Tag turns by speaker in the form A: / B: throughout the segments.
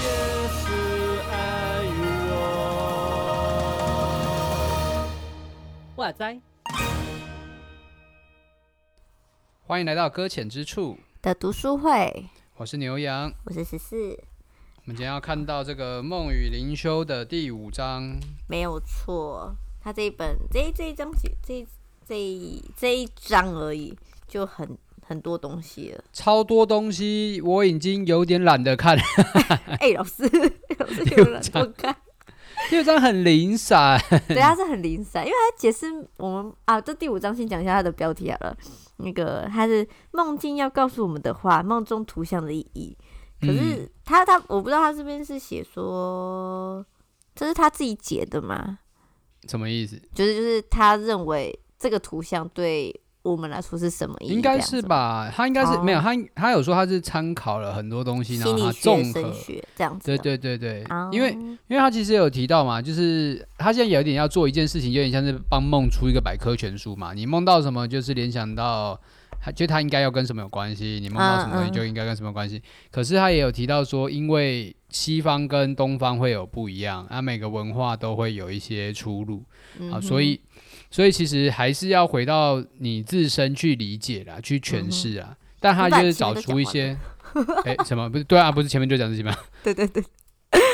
A: 也是爱我。哇塞！
B: 欢迎来到搁浅之处，
C: 的读书会，
B: 我是牛羊。
C: 我是十四，
B: 我们今天要看到这个《梦与灵修》的第五章，
C: 没有错。他这一本这一这一章几这一这一这一章而已，就很很多东西了。
B: 超多东西，我已经有点懒得看。
C: 哎、老师，老师有人不看，
B: 第五章很零散，
C: 对，他是很零散，因为他解释我们啊，这第五章先讲一下它的标题好了。那个它是梦境要告诉我们的话，梦中图像的意义。可是他他我不知道他这边是写说，这是他自己解的吗？
B: 什么意思？
C: 就是就是他认为这个图像对我们来说是什么意义？
B: 应该是吧？他应该是
C: 哦
B: 没有他，他有说他是参考了很多东
C: 这
B: 西，
C: 样
B: 然
C: 子吗？
B: 后
C: 心
B: 他综合
C: 理学、神。学这样子
B: 对
C: 的。
B: 对对对
C: 哦，，
B: 因为因为他其实有提到嘛，就是他现在有一点要做一件事情，有点像是帮梦出一个百科全书嘛。你梦到什么，就是联想到他，就他应该要跟什么有关系；你梦到什么，
C: 嗯嗯
B: 你就应该跟什么有关系。可是他也有提到说，因为西方跟东方会有不一样，啊，每个文化都会有一些出入
C: 嗯
B: 啊，所以所以其实还是要回到你自身去理解啦，去诠释
C: 嗯
B: 啊。但他就是找出一些，哎、什么不是对啊？不是前面就讲这些吗？
C: 对对对，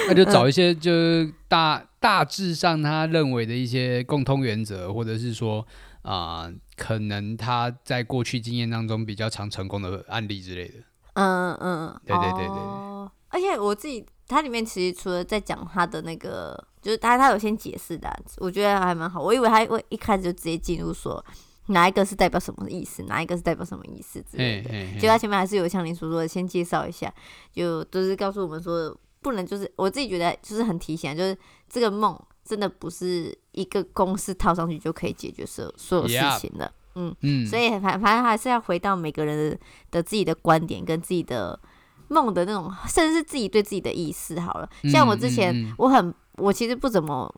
B: 那就
C: 嗯
B: 找一些就是大大致上他认为的一些共通原则，或者是说啊、可能他在过去经验当中比较常成功的案例之类的。
C: 嗯嗯，
B: 对对对对对
C: 哦而且我自己，它里面其实除了在讲他的那个，就是他他有先解释的啊、我觉得还蛮好。我以为他会一开始就直接进入说哪一个是代表什么意思，哪一个是代表什么意思之类
B: 嘿
C: 的。
B: 嘿
C: 就
B: 嘿，
C: 他前面还是有像您所说的，先介绍一下，就就是告诉我们说，不能就是我自己觉得就是很提醒啊，就是这个梦真的不是一个公式套上去就可以解决所有所有事
B: Yeah
C: 情的。
B: 嗯，
C: 所以反反正还是要回到每个人的的自己的观点跟自己的梦的那种，甚至是自己对自己的意识好了。像我之前，
B: 嗯嗯嗯
C: 我很我其实不怎么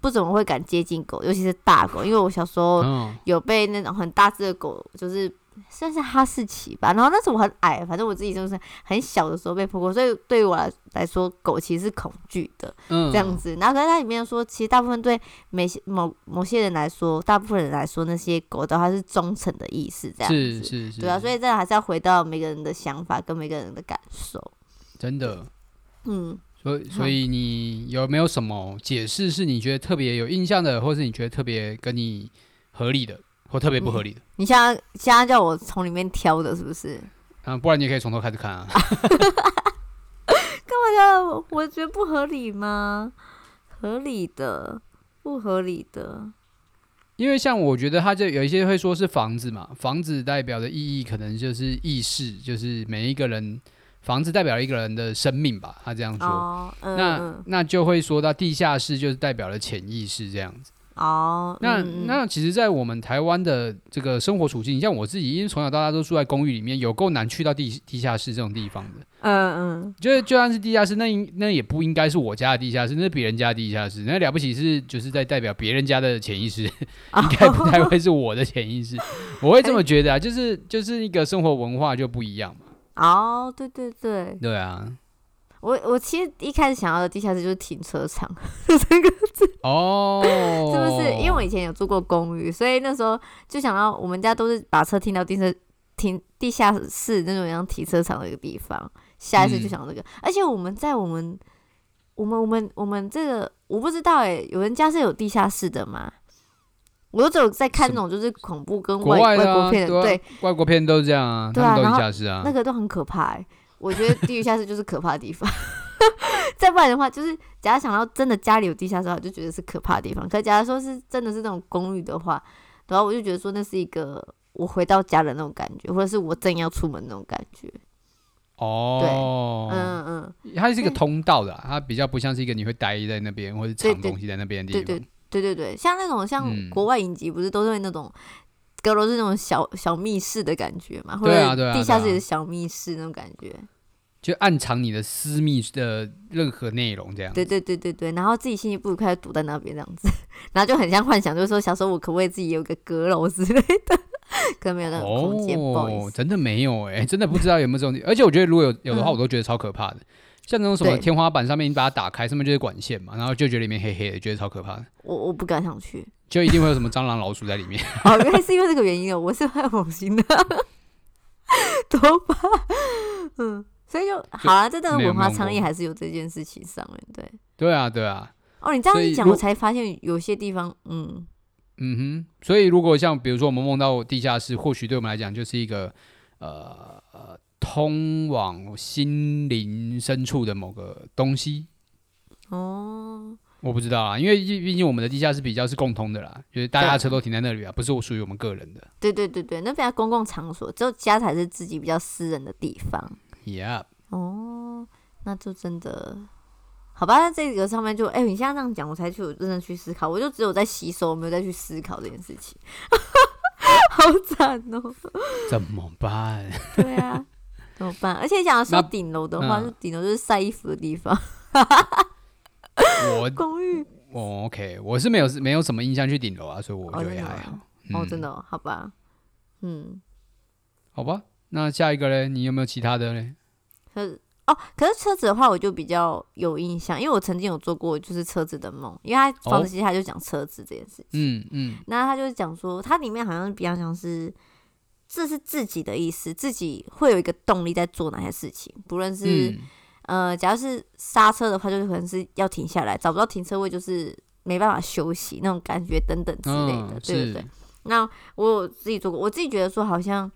C: 不怎么会敢接近狗，尤其是大狗，因为我小时候
B: 嗯
C: 有被那种很大只的狗，就是算是哈士奇吧。然后那时候我很矮，反正我自己就是很小的时候被扑过，所以对于我来来说，狗其实是恐惧的
B: 嗯
C: 这样子。然后可是它里面说，其实大部分对每些某某些人来说，大部分人来说，那些狗的话是忠诚的意思，这样
B: 是
C: 子。
B: 是是，
C: 对啊，所以这还是要回到每个人的想法跟每个人的感受。
B: 真的。
C: 嗯，
B: 所以，所以你有没有什么解释是你觉得特别有印象的，或是你觉得特别跟你合理的，或特别不合理的？
C: 你现在现在叫我从里面挑的，是不是？
B: 嗯，不然你也可以从头开始看啊。
C: 干嘛的？啊我觉得不合理吗？合理的，不合理的。
B: 因为像我觉得它就有一些会说是房子嘛，房子代表的意义可能就是意识，就是每一个人房子代表一个人的生命吧，他这样说。
C: 哦，嗯
B: 那
C: 嗯，
B: 那就会说到地下室就是代表了潜意识这样子。
C: 哦，
B: 那、
C: 嗯嗯
B: 那其实，在我们台湾的这个生活处境，像我自己，因为从小到大都住在公寓里面，有够难去到地地下室这种地方的。
C: 嗯嗯，
B: 就是就算是地下室，那应那也不应该是我家的地下室，那是别人家的地下室，那了不起是就是在代表别人家的潜意 识，
C: 哦
B: 应该不太会是我的潜意识，我会这么觉得啊，就是就是一个生活文化就不一样嘛，
C: 哦，对对对，
B: 对啊，
C: 我我其实一开始想要的地下室就是停车场，
B: 哦，
C: 是不是？因为我以前有住过公寓，所以那时候就想到我们家都是把车停到地车停地下室那种像停车场的一个地方。下一次就想到这个，而且我们在我们我们我们我们这个我不知道哎、有人家是有地下室的吗？我都只有在看那种就是恐怖跟
B: 国外
C: 外
B: 的、
C: 国
B: 啊、
C: 片的，
B: 对啊、外国片都是这样啊，
C: 对啊
B: 他们都
C: 然后
B: 地下室啊
C: 那，个都很可怕、欸。我觉得地狱下室就是可怕的地方。 再不然的话，就是假如想到真的家里有地下室的话，就觉得是可怕的地方。可假如说是真的是那种公寓的话，然后我就觉得说那是一个我回到家的那种感觉，或者是我正要出门那种感觉。
B: 哦，
C: 嗯嗯，
B: 它是一个通道的啊、它比较不像是一个你会待在那边或者
C: 对
B: 藏
C: 对
B: 东西在那边的地
C: 对
B: 方，
C: 对对对对，像那种像
B: 嗯
C: 国外影集不是都是那种。阁楼是那种小小密室的感觉嘛，或
B: 对啊
C: 者
B: 对啊
C: 地下室
B: 对啊
C: 也是小密室那种感觉，
B: 就暗藏你的私密的任何内容，这样。
C: 对对对对对，然后自己心里不愉快就堵在那边这样子，然后就很像幻想，就是说小时候我可不可以自己有个阁楼之类的，可能没有那个空间，不好意
B: 哦，
C: 思。
B: 真的没有哎、 真的不知道有没有这种地，而且我觉得如果有有的话，
C: 嗯
B: 我都觉得超可怕的。像那种什么
C: 对
B: 天花板上面，你把它打开，上面就是管线嘛，然后就觉得里面黑黑的，觉得超可怕的，
C: 我我不敢上去，
B: 就一定会有什么蟑螂、老鼠在里面。
C: 哦，原来是因为这个原因哦，我是很恶心的， 多吧，嗯，所以就好了，这段
B: 没有
C: 文化
B: 弄
C: 倡议
B: 过
C: 还是有这件事情上面对。
B: 对啊，对啊，
C: 哦，你这样
B: 所以
C: 一讲，
B: 如
C: 我才发现有些地方，嗯，
B: 嗯哼。所以如果像比如说我们梦到地下室，或许对我们来讲就是一个呃呃通往心灵深处的某个东西，
C: 哦，
B: 我不知道啊，因为毕毕竟我们的地下室比较是共通的啦，就是大家的
C: 对
B: 车都停在那里啊，不是我属于我们个人的。
C: 对对对对，那比较公共场所，只有家才是自己比较私人的地方。
B: Yeah，
C: 哦，那就真的好吧。那这个上面就，哎、你现在这样讲，我才去有认真去思考，我就只有在吸收，没有再去思考这件事情， 好惨哦。
B: 怎么办？
C: 对啊，怎么办？而且想要说
B: 那
C: 顶楼的话，
B: 嗯
C: 就顶楼就是晒衣服的地方，
B: 我
C: 公寓。
B: 我 OK，我是没有没有什么印象去顶楼啊，所以我
C: 哦
B: 觉得
C: 真
B: 也
C: 的
B: 还
C: 吗
B: 好。
C: 哦，
B: 嗯
C: 真的、哦，好吧，嗯。
B: 好吧，那下一个嘞，你有没有其他的嘞？
C: 可是哦，可是车子的话，我就比较有印象，因为我曾经有做过就是车子的梦，因为他
B: 哦
C: 房子其实他就讲车子这件事情，
B: 嗯嗯，
C: 那他就讲说，它里面好像比较像是这是自己的意思，自己会有一个动力在做哪些事情，不论是、
B: 嗯
C: 呃，假如是刹车的话，就是可能是要停下来，找不到停车位就是没办法休息那种感觉等等之类的，
B: 嗯
C: 对对
B: 是
C: 对。那我有自己做过，我自己觉得说好像，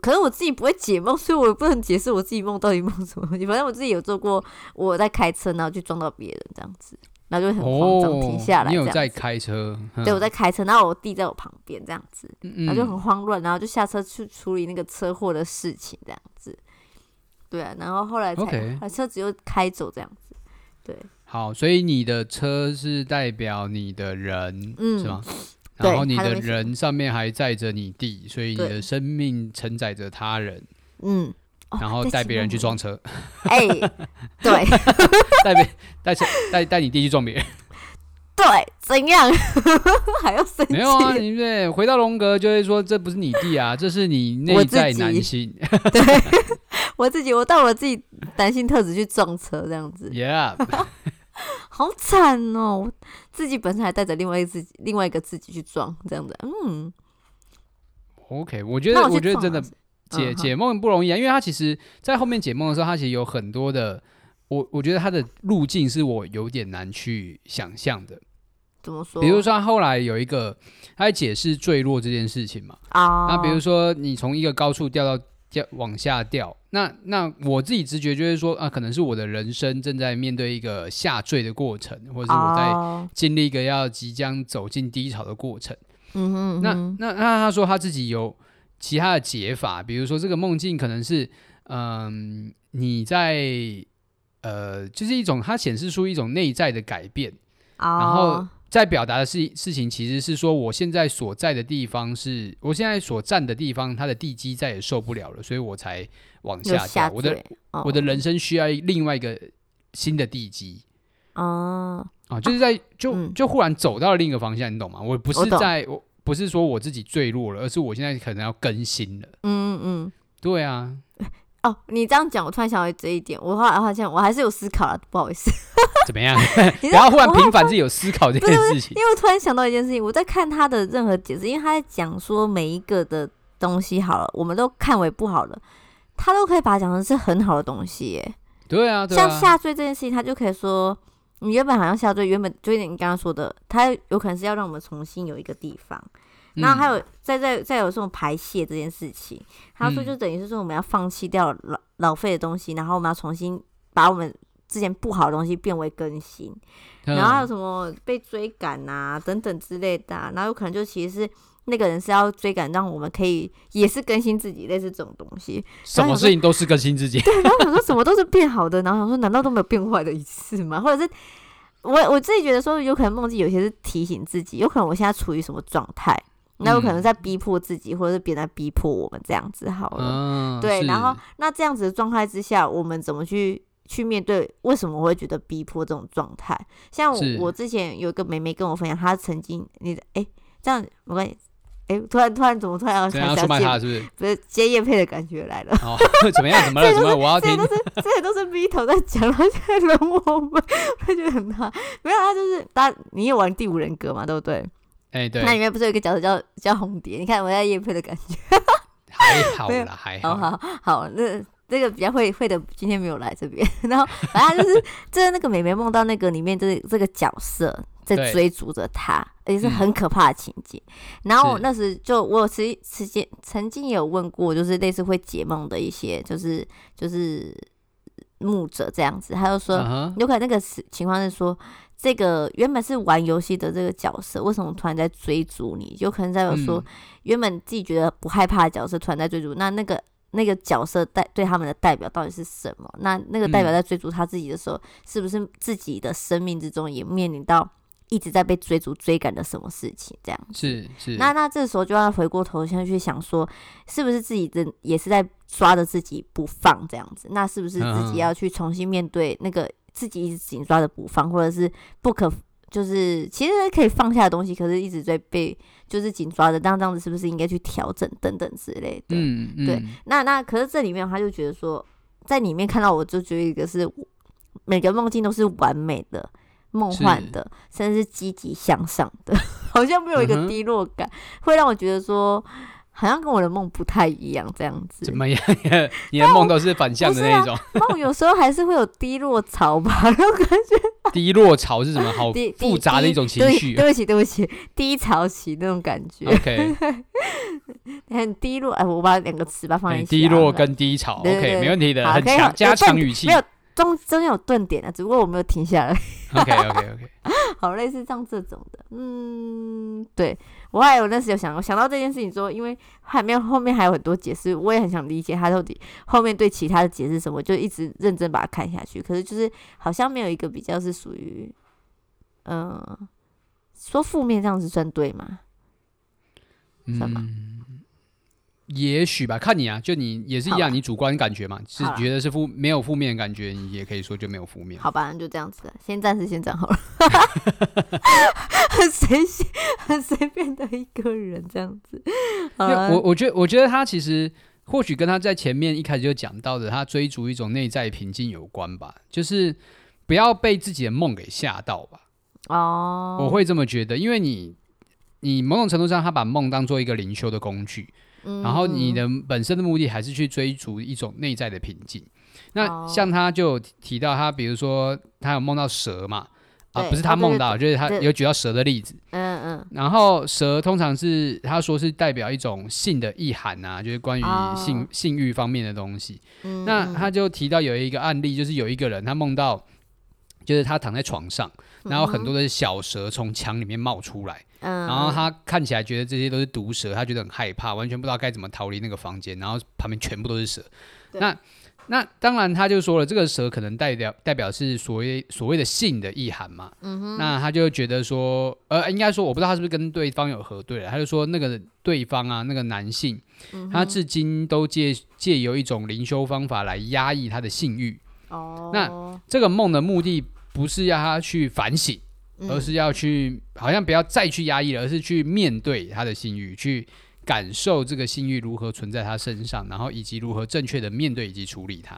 C: 可能我自己不会解梦，所以我也不能解释我自己梦到底梦什么东西。反正我自己有做过，我在开车，然后去撞到别人这样子，然后就很慌张，停下
B: 哦
C: 来
B: 你
C: 这样
B: 有
C: 子。
B: 在开车？
C: 对，我
B: 在，
C: 在开车，然后我弟在我旁边这样子，
B: 嗯
C: 然后就很慌乱，然后就下车去处理那个车祸的事情这样子。对啊，然后后来才
B: OK
C: 后来车子又开走这样子。对，
B: 好，所以你的车是代表你的人，
C: 嗯
B: 是吗？
C: 对
B: 然后你
C: 他在
B: 的
C: 那边写
B: 人上面还载着你弟，所以你
C: 对
B: 的生命承载着他人，
C: 嗯。哦
B: 然后带别人去，撞车，
C: 在形容我哎、对
B: 带别带车带带你弟去撞别人。
C: 对，怎样？ 还要 生气？
B: 没有啊，你对，回到龙格就会说这不是你弟 啊，这是你内在男性。
C: 我自己，我带我自己男性特质去撞车，这样子
B: yeah，
C: 好惨哦！我自己本身还带着另外一个自己，另外一个自己去撞，这样子，嗯，
B: OK，我觉得
C: 那去
B: 我觉得
C: 撞
B: 真的
C: 啊是
B: 解
C: 嗯
B: 解梦不容易啊，因为他其实在后面解梦的时候，他其实有很多的，我我觉得他的路径是我有点难去想象的。
C: 怎么说？
B: 比如说他后来有一个，他在解释坠落这件事情嘛，
C: 啊，
B: 那比如说你从一个高处掉到掉往下掉，那那我自己直觉就会说啊，可能是我的人生正在面对一个下坠的过程，或者是我在
C: 哦
B: 经历一个要即将走进低潮的过程。
C: 嗯哼嗯
B: 那
C: 哼
B: 那那他说他自己有其他的解法，比如说这个梦境可能是，嗯，你在呃，就是一种它显示出一种内在的改变，然后
C: 哦，
B: 在表达的事事情其实是说，我现在所在的地方是我现在所站的地方，它的地基再也受不了了，所以我才往
C: 有
B: 下掉。我的
C: 坠哦
B: 我的人生需要另外一个新的地基。
C: 哦，
B: 啊，就是在就、
C: 嗯
B: 就忽然走到了另一个方向，你懂吗？我不
C: 我
B: 是
C: 懂
B: 在我不是说我自己坠落了，而是我现在可能要更新了。
C: 嗯嗯
B: 对 啊，
C: 嗯，哦，你这样讲，我突然想到这一点，我后来好像我还是有思考了，不好意 思，
B: 怎么样？不
C: 你知道
B: 要忽然
C: 我
B: 平反自己有思考这件事情
C: 因。为我突然想到一件事情，我在看他的任何解释，因为他在讲说每一个的东西好了，我们都看为不好的，他都可以把它讲成是很好的东西耶。
B: 对啊，对
C: 像
B: 啊，
C: 下坠这件事情，他就可以说，你原本好像下坠，原本就有点你刚刚说的，他有可能是要让我们重新有一个地方。
B: 嗯
C: 然后还有再再再有这种排泄这件事情，他说
B: 嗯
C: 就等于是说我们要放弃掉老老废的东西，然后我们要重新把我们之前不好的东西变为更新。
B: 嗯
C: 然后还有什么被追赶啊等等之类的、啊，然后有可能就其实是那个人是要追赶，让我们可以也是更新自己，类似这种东西。
B: 什么事情都是更新自己。
C: 然后想说什么都是变好的，然后想说难道都没有变坏的一次吗？或者是我我自己觉得说，有可能梦境有些是提醒自己，有可能我现在处于什么状态，那有可
B: 嗯
C: 能在逼迫自己，或者是别人在逼迫我们这样子好了。
B: 嗯，
C: 对，
B: 是
C: 然后那这样子的状态之下，我们怎么去去面对？为什么会觉得逼迫这种状态？像我
B: 是
C: 我之前有一个妹妹跟我分享，她曾经你的哎、这样没关系，哎、突然突然怎么突然要
B: 怎
C: 开
B: 样
C: 始
B: 啊出
C: 要
B: 卖他是
C: 接
B: 不是？
C: 不是接叶配的感觉来了？
B: 哦， 怎么样？怎么了？怎么了？我要
C: 这
B: 听
C: 些。都是这些都是 V 头在讲，然后现在轮我们，他觉得很好。没有，他啊就是他，你也玩第五人格嘛，对不对？
B: 哎，对
C: 那，里面不是有一个角色叫叫红蝶？你看我在叶配的感觉。
B: 还好
C: 没有
B: 啦，还
C: 哦，
B: 好啦。
C: 好好，那这个比较会会的，今天没有来这边。 然后反正他就是，就是那个美眉梦到那个里面这这个角色在
B: 对
C: 追逐着她，而且是
B: 嗯
C: 很可怕的情景。然后我
B: 是
C: 那时就我有时时间曾经也有问过，就是类似会解梦的一些，就是就是牧者这样子，他就说。
B: 嗯哼，
C: 有可能那个是情况是说，这个原本是玩游戏的这个角色，为什么突然在追逐你？有可能在有说，
B: 嗯
C: 原本自己觉得不害怕的角色，突然在追逐，那那个那个角色代对他们的代表到底是什么？那那个代表
B: 嗯
C: 在追逐他自己的时候，是不是自己的生命之中也面临到一直在被追逐追赶的什么事情？这样
B: 是是，
C: 那那这时候就要回过头先去想说，是不是自己的也是在抓着自己不放这样子？那是不是自
B: 嗯
C: 己要去重新面对那个自己一直紧抓着不放，或者是不可就是其实可以放下的东西，可是一直在被就是紧抓着，那这样子是不是应该去调整等等之类的？
B: 嗯嗯，
C: 对那那可是这里面他就觉得说，在里面看到我就觉得一个是每个梦境都是完美的、梦幻的，甚至是积极向上的， 好像没有一
B: 嗯
C: 个
B: 哼
C: 低落感，会让我觉得说好像跟我的梦不太一样这样子
B: 怎。么样？ 你的梦都是反向的那一种，
C: 梦有时候还是会有低落潮吧，然后感觉
B: 低落潮是什么？好
C: 低
B: 哦复杂的一种情绪
C: 对
B: 啊。嗯
C: 对不起，对不起，低潮期那种感觉，
B: OK，
C: 很低落。哎，我把两个词吧放在
B: 哎
C: 一起啊。
B: 低落跟低潮
C: 对对
B: ，OK，
C: 对
B: 没问题的，
C: 好
B: 很
C: 可以
B: 强，
C: 有
B: 加
C: 有
B: 强
C: 顿
B: 语气
C: 没。有中中间有顿点啊的，只不过我没有停下来。
B: OK OK OK，
C: 好，类似像这种的，嗯，对我还有那时有想过，想到这件事情之后，因为还没有后面还有很多解释，我也很想理解他到底后面对其他的解释是什么，就一直认真把它看下去。可是就是好像没有一个比较是属于，嗯、说负面这样子算对吗？ 算吧
B: 嗯，也许吧，看你啊，就你也是一
C: 好
B: 样，
C: 吧
B: 你主观感觉嘛，是
C: 好啦
B: 觉得是负没有负面的感觉，你也可以说就没有负面。
C: 好吧，那就这样子了，先暂时先这样好了， 很随性、很随便的一个人这样子。好
B: 因为
C: 啊
B: 我我觉得，我觉得他其实或许跟他在前面一开始就讲到的，他追逐一种内在平静有关吧，就是不要被自己的梦给吓到吧。
C: 哦，
B: 我会这么觉得，因为你你某种程度上，他把梦当做一个灵修的工具，
C: 嗯，
B: 然后你
C: 嗯
B: 的本身的目的还是去追逐一种内在的平静。
C: 哦
B: 那像他就有提到他，比如说他有梦到蛇嘛，啊，
C: 对
B: 不是
C: 哦
B: 他
C: 对
B: 梦
C: 对
B: 到，就是他
C: 对
B: 有举到蛇的例子。
C: 嗯嗯。
B: 然后蛇通常是他说是代表一种性的意涵啊，就是关于性、
C: 哦
B: 性欲方面的东西。
C: 嗯
B: 那
C: 嗯
B: 他就提到有一个案例，就是有一个人他梦到，就是他躺在床上，然后很多的小蛇从墙里面冒出来，
C: 嗯，
B: 然后他看起来觉得这些都是毒蛇，他觉得很害怕，完全不知道该怎么逃离那个房间，然后旁边全部都是蛇。
C: 对
B: 那那当然，他就说了，这个蛇可能代表代表是所谓所谓的性的意涵嘛。
C: 嗯哼，
B: 那他就觉得说，呃，应该说我不知道他是不是跟对方有核对了，啊他就说那个对方啊，那个男性，
C: 嗯
B: 他至今都借借由一种灵修方法来压抑他的性欲。
C: 哦，
B: 那这个梦的目的不是要他去反省，
C: 嗯
B: 而是要去好像不要再去压抑了，而是去面对他的性欲，去感受这个性欲如何存在他身上，然后以及如何正确的面对以及处理它。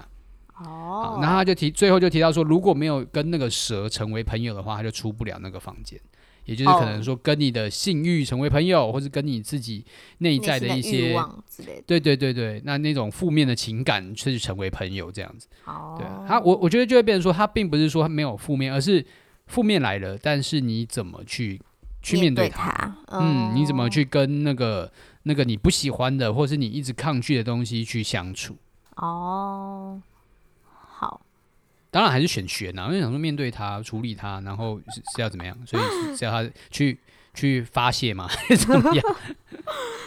C: 哦
B: 好，，然后他就提最后就提到说，如果没有跟那个蛇成为朋友的话，他就出不了那个房间。也就是
C: 哦
B: 可能说跟你的性欲成为朋友，或是跟你自己内
C: 内
B: 在
C: 心
B: 一
C: 欲
B: 些，
C: 望之类的，
B: 对对对对，那那种负面的情感去成为朋友这样子。
C: 哦，
B: 对啊，他我我觉得就会变成说，他并不是说他没有负面，而是负面来了，但是你怎么去去面
C: 对
B: 它？
C: 它，
B: 嗯，你怎么
C: 哦？
B: 去跟那个那个你不喜欢的，或是你一直抗拒的东西去相处？
C: 哦，好，
B: 当然还是选学啊，因为想说面对它、处理它，然后是是要怎么样？所以是是要他去去发泄嘛， 还是怎么 样？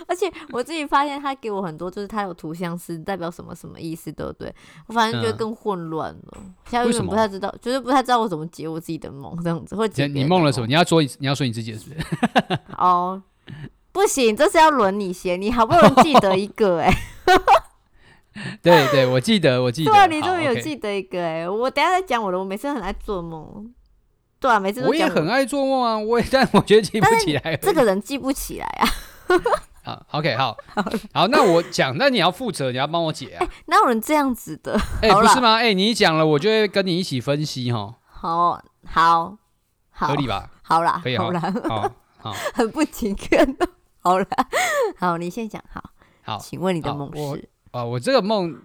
C: 而且我自己发现他给我很多，就是他有图像是代表什么什么意思，对不对？我反正觉得
B: 嗯
C: 更混乱了，现在有
B: 为什
C: 点不
B: 么
C: 太知道，就是不太知道我怎么解我自己的梦这样子，或者解
B: 你
C: 别
B: 你
C: 人
B: 梦
C: 的
B: 了什么？你要说你你要说你自己的是不是？
C: 哦，不行，这是要轮你先，你好不容易记得一 个哎、
B: 对对，我记得，我记得。
C: 对啊，你终
B: 好
C: 于有
B: OK
C: 记得一个哎、我等一下再讲我的，我每次很爱做梦。对啊，每次都
B: 我也
C: 讲
B: 很爱做梦啊， 我也，但我觉得记不
C: 但是
B: 起来。
C: 这个人记不起来啊。
B: 啊，OK，好，好，那我讲，那你要负责，你要帮我解 啊。
C: 哪有人这样子的？
B: 哎、
C: 好
B: 不
C: 啦
B: 是吗？哎、你讲了，我就会跟你一起分析哈，
C: 好好好
B: 合，理 吧？
C: 好啦
B: 可以，哈
C: 好啦，
B: 好，
C: 很不情愿哦。 好啦，好，你先讲好。
B: 好
C: 请问你的
B: 好
C: 梦
B: 我
C: 是？
B: 啊，我这个梦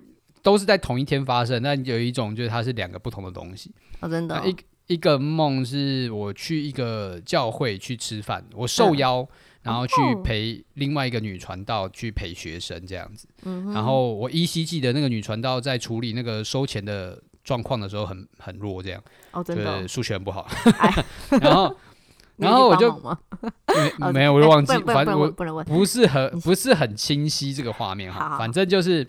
B: 都是在同一天发生，但有一种就是它是两个不同的东西。
C: 哦，真的
B: 那
C: 哦、
B: 一个一个梦是我去一个教会去吃饭，我受
C: 嗯
B: 邀，然后去
C: 哦
B: 陪另外一个女传道去陪学生这样子。
C: 嗯哼
B: 然后我依稀记得那个女传道在处理那个收钱的状况的时候很很弱，这样
C: 哦，
B: 就
C: 真的哦、
B: 是数学很不好
C: 哎。
B: 然后
C: 你
B: 然后
C: 有
B: 我
C: 去
B: 就
C: 帮忙吗
B: 没
C: 哦
B: 没有，我就
C: 哎
B: 忘记
C: 不，能
B: 反正
C: 不能
B: 我
C: 问，不能问。
B: 不是很
C: 你
B: 不是很清晰这个画面
C: 好
B: 哈，
C: 好
B: 反正就是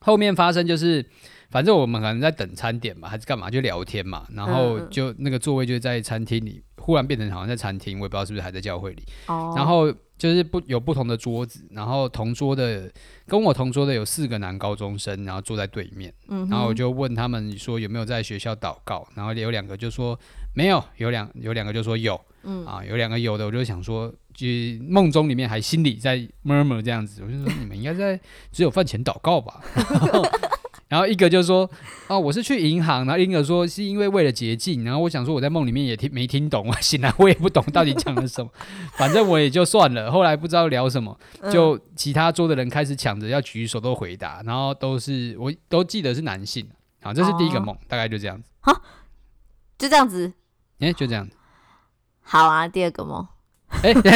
B: 后面发生就是，反正我们可能在等餐点嘛，还是干嘛就聊天嘛，然后
C: 嗯嗯
B: 就那个座位就在餐厅里，忽然变成好像在餐厅，我也不知道是不是还在教会里，
C: 哦，
B: 然后就是不有不同的桌子，然后同桌的跟我同桌的有四个男高中生，然后坐在对面，
C: 嗯哼，
B: 然后我就问他们说有没有在学校祷告，然后有两个就说没有，有两有两个就说有，
C: 嗯
B: 啊，有两个有的，我就想说，就梦中里面还心里在 murmur 这样子，我就说你们应该在只有饭前祷告 吧。然后然后一个就说啊，我是去银行，然后另一个说是因为为了捷径，然后我想说我在梦里面也听没听懂，我醒来我也不懂到底讲了什么，反正我也就算了。后来不知道聊什么，
C: 嗯
B: 就其他桌的人开始抢着要举手都回答，然后都是我都记得是男性，好，这是第一个
C: 哦
B: 梦，大概就这样子，
C: 就这样子。
B: 哎、就这样 子，
C: 好啊，第二 个梦。
B: 哎、对。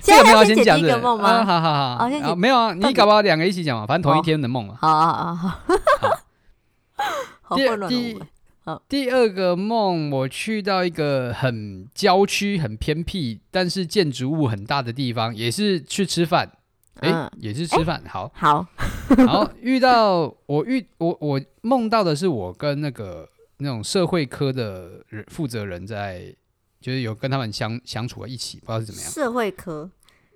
C: 现在
B: 没有
C: 要
B: 要
C: 先
B: 讲
C: 第一
B: 这
C: 个梦
B: 啊
C: 吗？
B: 好好好，
C: 哦先
B: 啊
C: 解
B: 没有啊，
C: 到
B: 你
C: 底
B: 搞不好两个一起讲嘛，反正同一
C: 哦
B: 天的梦嘛。
C: 好啊好啊好啊， 好
B: 第
C: 混乱
B: 第
C: 的我们。
B: 第二个梦，我去到一个很郊区、很偏僻，但是建筑物很大的地方，也是去吃饭，诶，
C: 嗯
B: 也是吃饭。好，
C: 好，
B: 然后遇到我遇我我梦到的是我跟那个那种社会科的人负责人在。就是有跟他们相相处在一起，不知道是怎么样。
C: 社会科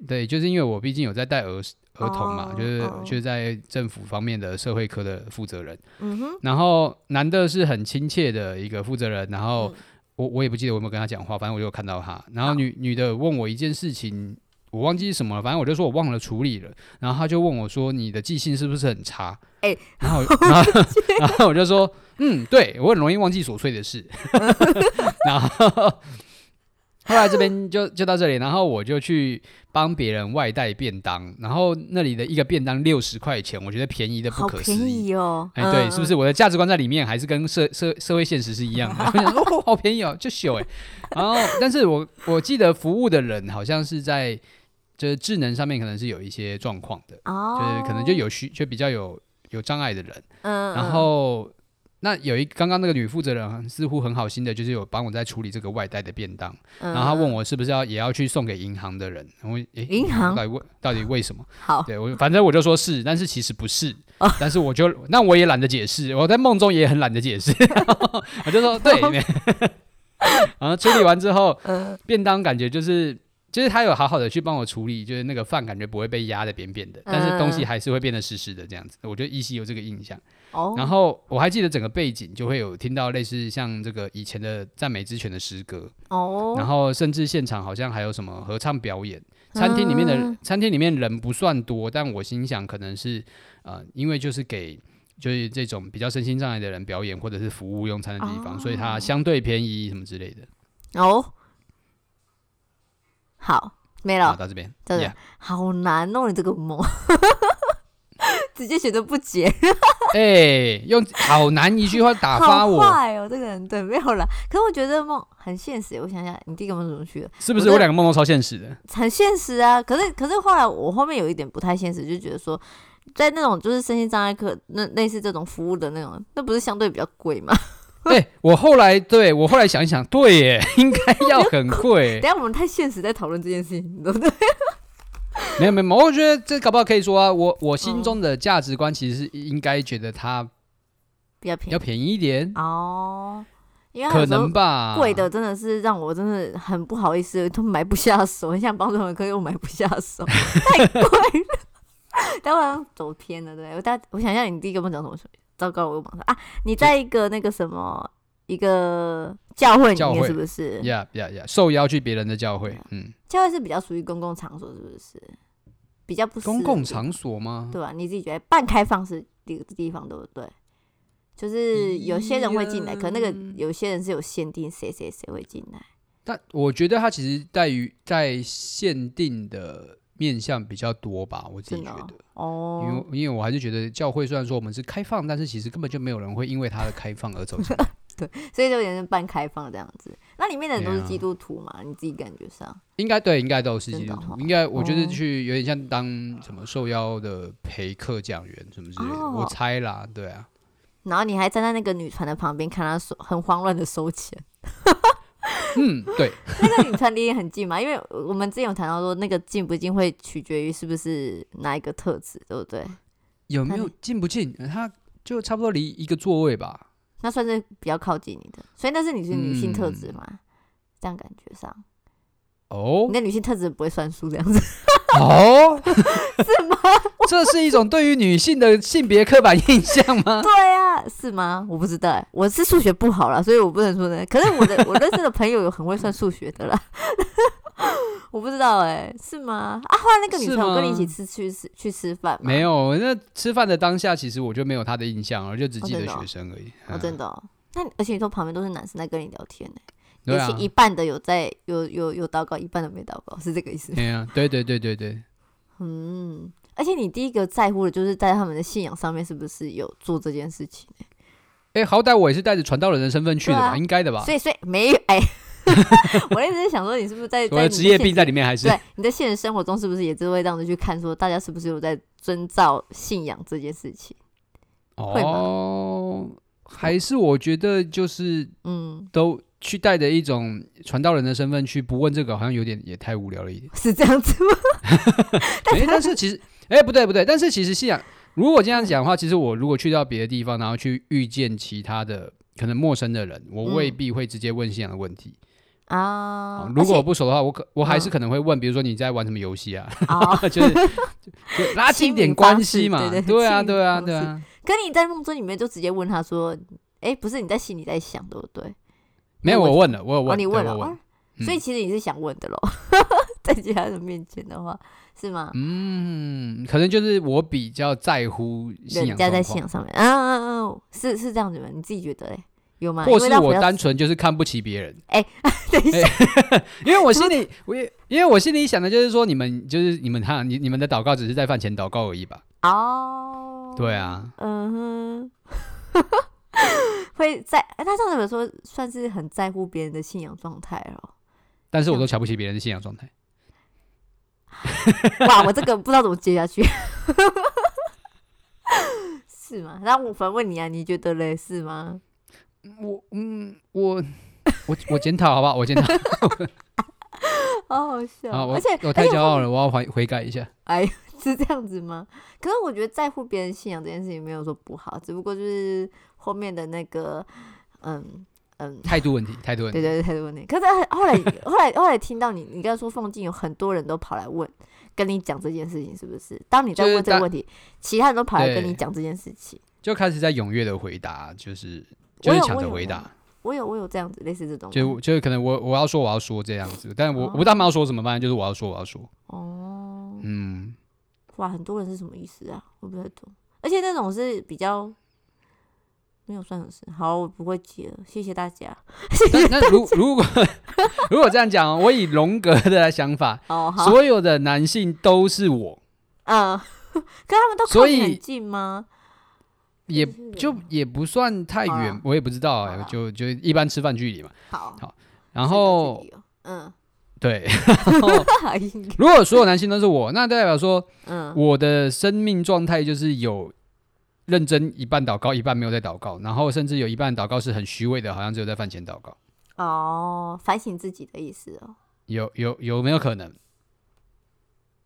B: 对，就是因为我毕竟有在带儿儿童嘛，
C: 哦
B: 就是、
C: 哦
B: 就是在政府方面的社会科的负责人，
C: 嗯哼，
B: 然后男的是很亲切的一个负责人，然后
C: 嗯
B: 我我也不记得我有没有跟他讲话，反正我就有看到他，然后
C: 好
B: 女女的问我一件事情。我忘记是什么了，反正我就说我忘了处理了，然后他就问我说：“你的记性是不是很差？”
C: 哎
B: 然后 我然后然后我就说：“嗯，对我很容易忘记琐碎的 事。”然后后来这边就就到这里，然后我就去帮别人外带便当，然后那里的一个便当六十块钱，我觉得便宜的不
C: 好
B: 可思
C: 便
B: 议。
C: 宜哦。
B: 哎，对，
C: 嗯
B: 是不？是我的价值观在里面还是跟社社社会现实是一样的？我 想说哦，好便宜哦，就秀哎。 然后，但是我我记得服务的人好像是在就是智能上面可能是有一些状况的，
C: 哦，
B: 就是可能就有需就比较有有障碍的人。
C: 嗯，嗯，
B: 然后那有一刚刚那个女负责人似乎很好心的，就是有帮我在处理这个外带的便当，然后她问
C: 我
B: 我是不是要也要去送给银行的人，然后诶
C: 银行
B: 到底为到底为什么？
C: 好，
B: 对我反正我就说是，但是其实不是，
C: 哦
B: 但是我就那我也懒得解释，我在梦中也很懒得解 释，我就说对。没 然后处理完之后，
C: 嗯
B: 便当感觉就是。就是他有好好的去帮我处理，就是那个饭感觉不会被压得扁扁的，但是东西
C: 嗯
B: 还是会变得湿湿的这样子。我就依稀有这个印象。
C: 哦，
B: 然后我还记得整个背景就会有听到类似像这个以前的赞美之泉的诗歌，
C: 哦，
B: 然后甚至现场好像还有什么合唱表演。餐厅里面的、
C: 嗯
B: 餐厅里面人不算多，但我心想可能是呃，因为就是给就是这种比较身心障碍的人表演或者是服务用餐的地方，所以它
C: 哦
B: 相对便宜什么之类的。
C: 哦，好，没
B: 好，
C: 了，
B: 到这边，
C: 这个
B: Yeah
C: 好难哦，你这个梦， 直接选择不解，
B: 哎、用好难一句话打发
C: 好
B: 我，
C: 坏哦，这个人对，没有啦。可是我觉得梦很现实，我想想，你第一个梦怎么去的？
B: 是不是？
C: 我
B: 我
C: 的
B: 两个梦都超现实的。
C: 很现实啊。可是可是后来我后面有一点不太现实，就觉得说，在那种就是身心障碍课那类似这种服务的那种，那不是相对比较贵吗？
B: 对、哎我后来对我后来想一想，对耶， 应该要很 贵。
C: 等一下我们太现实在讨论这件事情，对不对？
B: 没有没有，没有我觉得这搞不好可以说啊。我我
C: 哦
B: 心中的价值观其实是应该觉得它
C: 比较便
B: 要
C: 宜
B: 便宜一点，
C: 哦。因为它
B: 可
C: 有时候
B: 能吧，
C: 贵的真的是让我真的很不好意思，都买不下手， 很想帮他们，可是我买不下 手，太贵了。当然走偏了，对不对我大我想一下，你第一个跟我讲什么？糟糕，我又忙上啊！你在一个那个什么一个教会里
B: 教
C: 面
B: 会
C: 是不是？
B: 呀呀呀，受邀去别人的教会，嗯，
C: 教会是比较属于公共场所，是不是？比较不私
B: 公
C: 人的
B: 共
C: 地方
B: 场所吗？
C: 对吧、你自己觉得半开放式地地方对不对？就是有些人会进来，可那个
B: 嗯
C: 有些人是有限定谁谁谁会进来。
B: 但我觉得它其实在于在限定的面向比较多吧，我自己
C: 真的
B: 觉
C: 哦
B: 得。因
C: 哦，
B: 为因为我还是觉得教会虽然说我们是开放，但是其实根本就没有人会因为它的开放而走 进来。
C: 所以就有点是半开放这样子。那里面的人都
B: 对
C: 是
B: 啊
C: 基督徒嘛？你自己感觉上
B: 应该对，应该都是基
C: 真的
B: 督徒。
C: 哦
B: 应该我觉得
C: 哦
B: 去有点像当什么受邀的陪客讲员什么之类的，我
C: 哦
B: 猜啦，对啊。
C: 然后你还站在那个女船的旁边，看她收很慌乱的收钱。
B: 嗯，对，
C: 那个女船离你很近嘛？因为我们之前有谈到说，那个近不近会取决于是不是哪一个特质，对不对？
B: 有没
C: 那
B: 有
C: 你
B: 进不进？它就差不多离一个座位吧。
C: 那算是比较靠近你的，所以那是你是女性特质
B: 嗯
C: 嘛？这样感觉上，
B: 哦
C: 你的女性特质不会算数这样 子。
B: 哦，是吗？ 这是一种对于女性的性别刻板印象 吗？
C: 对啊，是吗？我不知道欸，我是数学不好啦，所以我不能说呢。可是 我的我认识的朋友有很会算数学的啦， 我不知道哎、是吗？啊，后来那个女
B: 是
C: 朋友跟你
B: 吗
C: 一起吃去吃去吃饭吗？
B: 没，有，那吃饭的当下，其实我就没有他的印象了，我就只
C: 哦
B: 记得
C: 真的哦
B: 学生而已。嗯
C: 哦，真
B: 的，
C: 的、哦。那而且你说旁边都是男生在跟你聊天呢、
B: 对
C: 而
B: 啊
C: 且，一半的有在有有有祷告，一半的没祷告，是这个意思吗？
B: 对啊，对对对对对，
C: 嗯，而且你第一个在乎的就是在他们的信仰上面是不是有做这件事情、
B: 哎，好歹我也是带着传道人的身份去的
C: 对
B: 吧，
C: 啊
B: 应该的吧
C: 所？以所以没有哎， 我一直在想说你是不 是在
B: 我的
C: 在你
B: 职业
C: 现
B: 病在里面还是
C: 对你在现实生活中是不是也是会这样子去看，说大家是不是有在遵照信仰这件事情？会吗
B: 哦，还是我觉得就是
C: 嗯，
B: 都去带着一种传道人的身份去，不问这个好像有点也太无聊了一点。
C: 是这样 子吗？
B: 哎、但是其实，哎、不对不对，但是其实信仰，如果这样讲的话，其实我如果去到别的地方，然后去遇见其他的可能陌生的人，我未
C: 嗯
B: 必会直接问信仰的问题。
C: 啊
B: 好，如果
C: 而且
B: 我不熟的话，我可我还是
C: 嗯
B: 可能会问，比如说你在玩什么游戏啊，
C: 啊，
B: 就是就 拉近一
C: 亲
B: 点
C: 民
B: 关
C: 方
B: 系
C: 式
B: 嘛。
C: 对对
B: 对啊，
C: 亲民
B: 对啊，
C: 方
B: 对
C: 式
B: 啊。
C: 可你在梦中里面就直接问他说：“哎、不是你在心里在想，对不对
B: 没有，我问了，我有问，
C: 哦，你
B: 对
C: 问了
B: 我
C: 哦，
B: 嗯
C: 所以其实你是想问的咯， 在其他人面前的话，是吗？
B: 嗯，可能就是我比较在乎信
C: 人
B: 仰
C: 家
B: 状
C: 在
B: 况，
C: 信仰上面，嗯嗯嗯，是是这样子吗？你自己觉得嘞？有吗？
B: 或
C: 因为
B: 是
C: 那
B: 我
C: 回到
B: 单哎纯就是看不起别人。
C: 等一下，
B: 因为我心里，我也因为我心里想的就是说，你们就是你们哈，你你们的祷告只是在饭前祷告而已吧？
C: 哦，
B: 对，啊，
C: 嗯哼， 会在哎那这样怎么说，算是很在乎别人的信仰状态哦了。
B: 但是我都瞧不起别人的信仰状态。
C: 哇，我这个不知道怎么接下去， 是吗？那我反问你啊，你觉得嘞是吗？
B: 我嗯，我 我我检讨好不好？我检 讨
C: 好好笑
B: 啊，
C: 哦，
B: 我
C: 而且
B: 我太
C: 而且
B: 骄傲了，我要悔悔改一 下。
C: 哎，是这样子吗？可是我觉得在乎别人信仰这件事情没有说不好，只不过就是后面的那个，嗯嗯，
B: 态度问题，态度问
C: 对
B: 题。
C: 对对，态度问题。可是很后来后来后来听到你，你刚才说凤静有很多人都跑来问，跟你讲这件事情，是不是？当你在
B: 就是
C: 问这个
B: 大
C: 问题，其他人都跑来跟
B: 对
C: 你讲这件事情。
B: 就开始在踊跃的回答，就是
C: 我
B: 就是
C: 有
B: 抢
C: 我
B: 着
C: 有
B: 回
C: 我
B: 答，
C: 我有我有这样子类似这种
B: 就
C: 吗，
B: 就是可能我我要说我要说这样子，但我我不知道他们要说什么，反正就是我要说我要说，
C: 哦，
B: 嗯，
C: 哇，很多人是什么意思啊？我不太懂。而且那种是比较没有算什么事。好，我不会记了，谢谢大家。
B: 但那如如果 如果这样讲哦，我以荣格的想法，
C: 哦，好，
B: 所有的男性都是我，
C: 嗯，可他们都靠
B: 所
C: 你很
B: 以
C: 近吗？
B: 也
C: 就是
B: 就也不算太
C: 好
B: 远
C: 啦，
B: 我也不知道哎、
C: 好啦
B: 就就一般吃饭距离嘛。
C: 好，
B: 然后
C: 这个距离哦 嗯，
B: 对，然后
C: 应该
B: 如果所有男性都是我，那代表说
C: 嗯，
B: 我的生命状态就是有认真一半祷告，一半没有在祷告，然后甚至有一半祷告是很虚伪的，好像只有在饭前祷告。
C: 哦，反省自己的意思哦。
B: 有有有没有可能？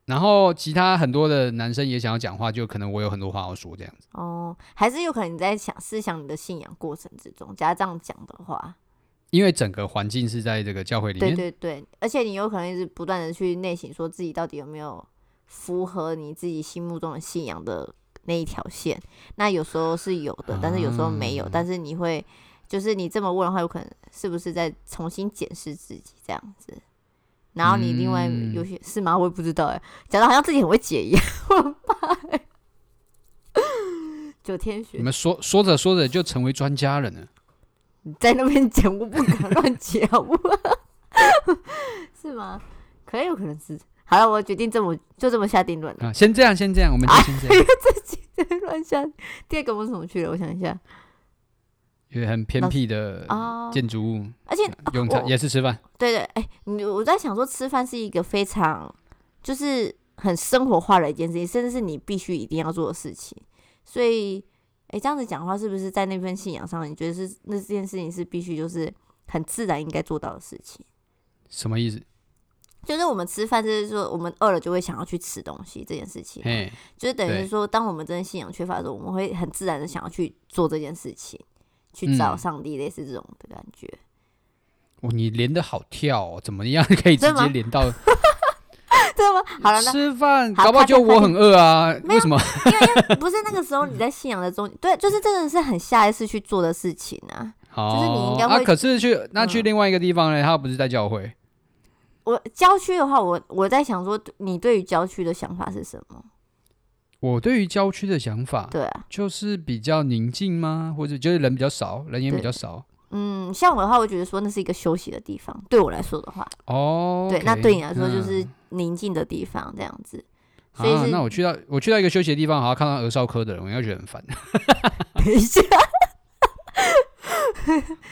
B: 然后其他很多的男生也想要讲话，就可能我有很多话要说这样子。
C: 哦，还是有可能你在想思想你的信仰过程之中，假如这样讲的话，
B: 因为整个环境是在这个教会里
C: 对
B: 面，
C: 对对，而且你有可能一直不断的去内省，说自己到底有没有符合你自己心目中的信仰的那一条线。那有时候是有的，但是有时候没有。
B: 啊
C: 但是你会，就是你这么问的话，有可能是不是在重新检视自己这样子？然后你另外
B: 嗯
C: 有些、是吗？我也不知道哎、讲的好像自己很会解一样， 我很怕欸九天
B: 你
C: 玄
B: 们说说着说着就成为专家了呢。
C: 在那边讲，我不敢乱讲，好不好？ 是吗？可能有可能是。好了，我决定这么就这么下定论了，
B: 啊，先这样，先这样，我们就
C: 啊
B: 先这样，
C: 乱下。第二个我们怎么去了？我想一下
B: 有很偏僻的
C: 哦，
B: 建筑物，
C: 而且
B: 用餐
C: 我
B: 也是吃饭，
C: 对对，哎、你我在想说，吃饭是一个非常就是很生活化的一件事情，甚至是你必须一定要做的事情。所以，哎、这样子讲话是不是在那份信仰上，你觉得是那这件事情是必须就是很自然应该做到的事情？
B: 什么意思？
C: 就是我们吃饭，就是说我们饿了就会想要去吃东西这件事情，
B: 嘿，
C: 就是等于
B: 对
C: 说，当我们真的信仰缺乏的时候，我们会很自然的想要去做这件事情，去找
B: 嗯
C: 上帝，类似这种的感觉。
B: 哦，你连的好跳、哦，怎么样可以直
C: 真的
B: 接
C: 吗
B: 连到
C: 对吗？ 好了，那
B: 吃饭？
C: 好
B: 搞不好
C: 快点
B: 就我很饿啊，
C: 点
B: 为什 么？
C: 不是那个时候你在信仰的中，对，就是真的是很下意识去做的事情啊。就是你
B: 哦
C: 应该
B: 啊，
C: 会
B: 可是去那去
C: 嗯
B: 另外一个地方呢？他不是在教会，
C: 我郊区的话，我我在想说，你对于郊区的想法是什么？
B: 嗯我对于郊区的想法
C: 对啊，
B: 就是比较宁静吗？或者就是人比较少，人也比
C: 对
B: 较少。
C: 嗯，像我的话，我觉得说那是一个休息的地方。对我来说的话，
B: 哦，
C: 对，那
B: OK，
C: 对你来说就是
B: 嗯
C: 宁静的地方，这样子。所以
B: 啊，
C: 是
B: 那我去到我去到一个休息的地方，好像看到儿少科的人，我应该觉得很烦。
C: 等一下，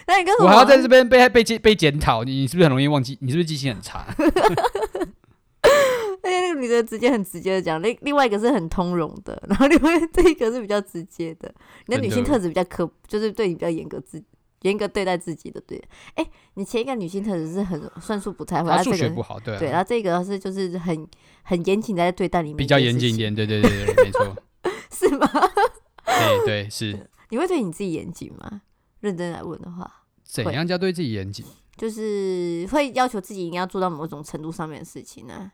C: 那你跟
B: 我还要在这边被被检被检讨，你你是不是很容易忘记？你是不是记性很 差？
C: 而 且那个女的直接很直接的讲，另另外一个是很通融的， 然后另外这一个是比较直接的。你的
B: 真的
C: 女性特质比较苛，就是对你比较严格自严格对待自己的，对。哎、你前一个女性特质是很算术不太会，
B: 他
C: 然后
B: 数
C: 这
B: 学
C: 个
B: 不好，对啊
C: 对，然后这个是就是很很严谨地在对待你，
B: 比较严谨一，点，对对对对，没 错，
C: 是吗？
B: 对对是。
C: 你 会对你自己严谨吗？认真来问的话，
B: 怎
C: 会
B: 样叫对自己严谨？
C: 就是会要求自己一定要做到某种程度上面的事情呢、啊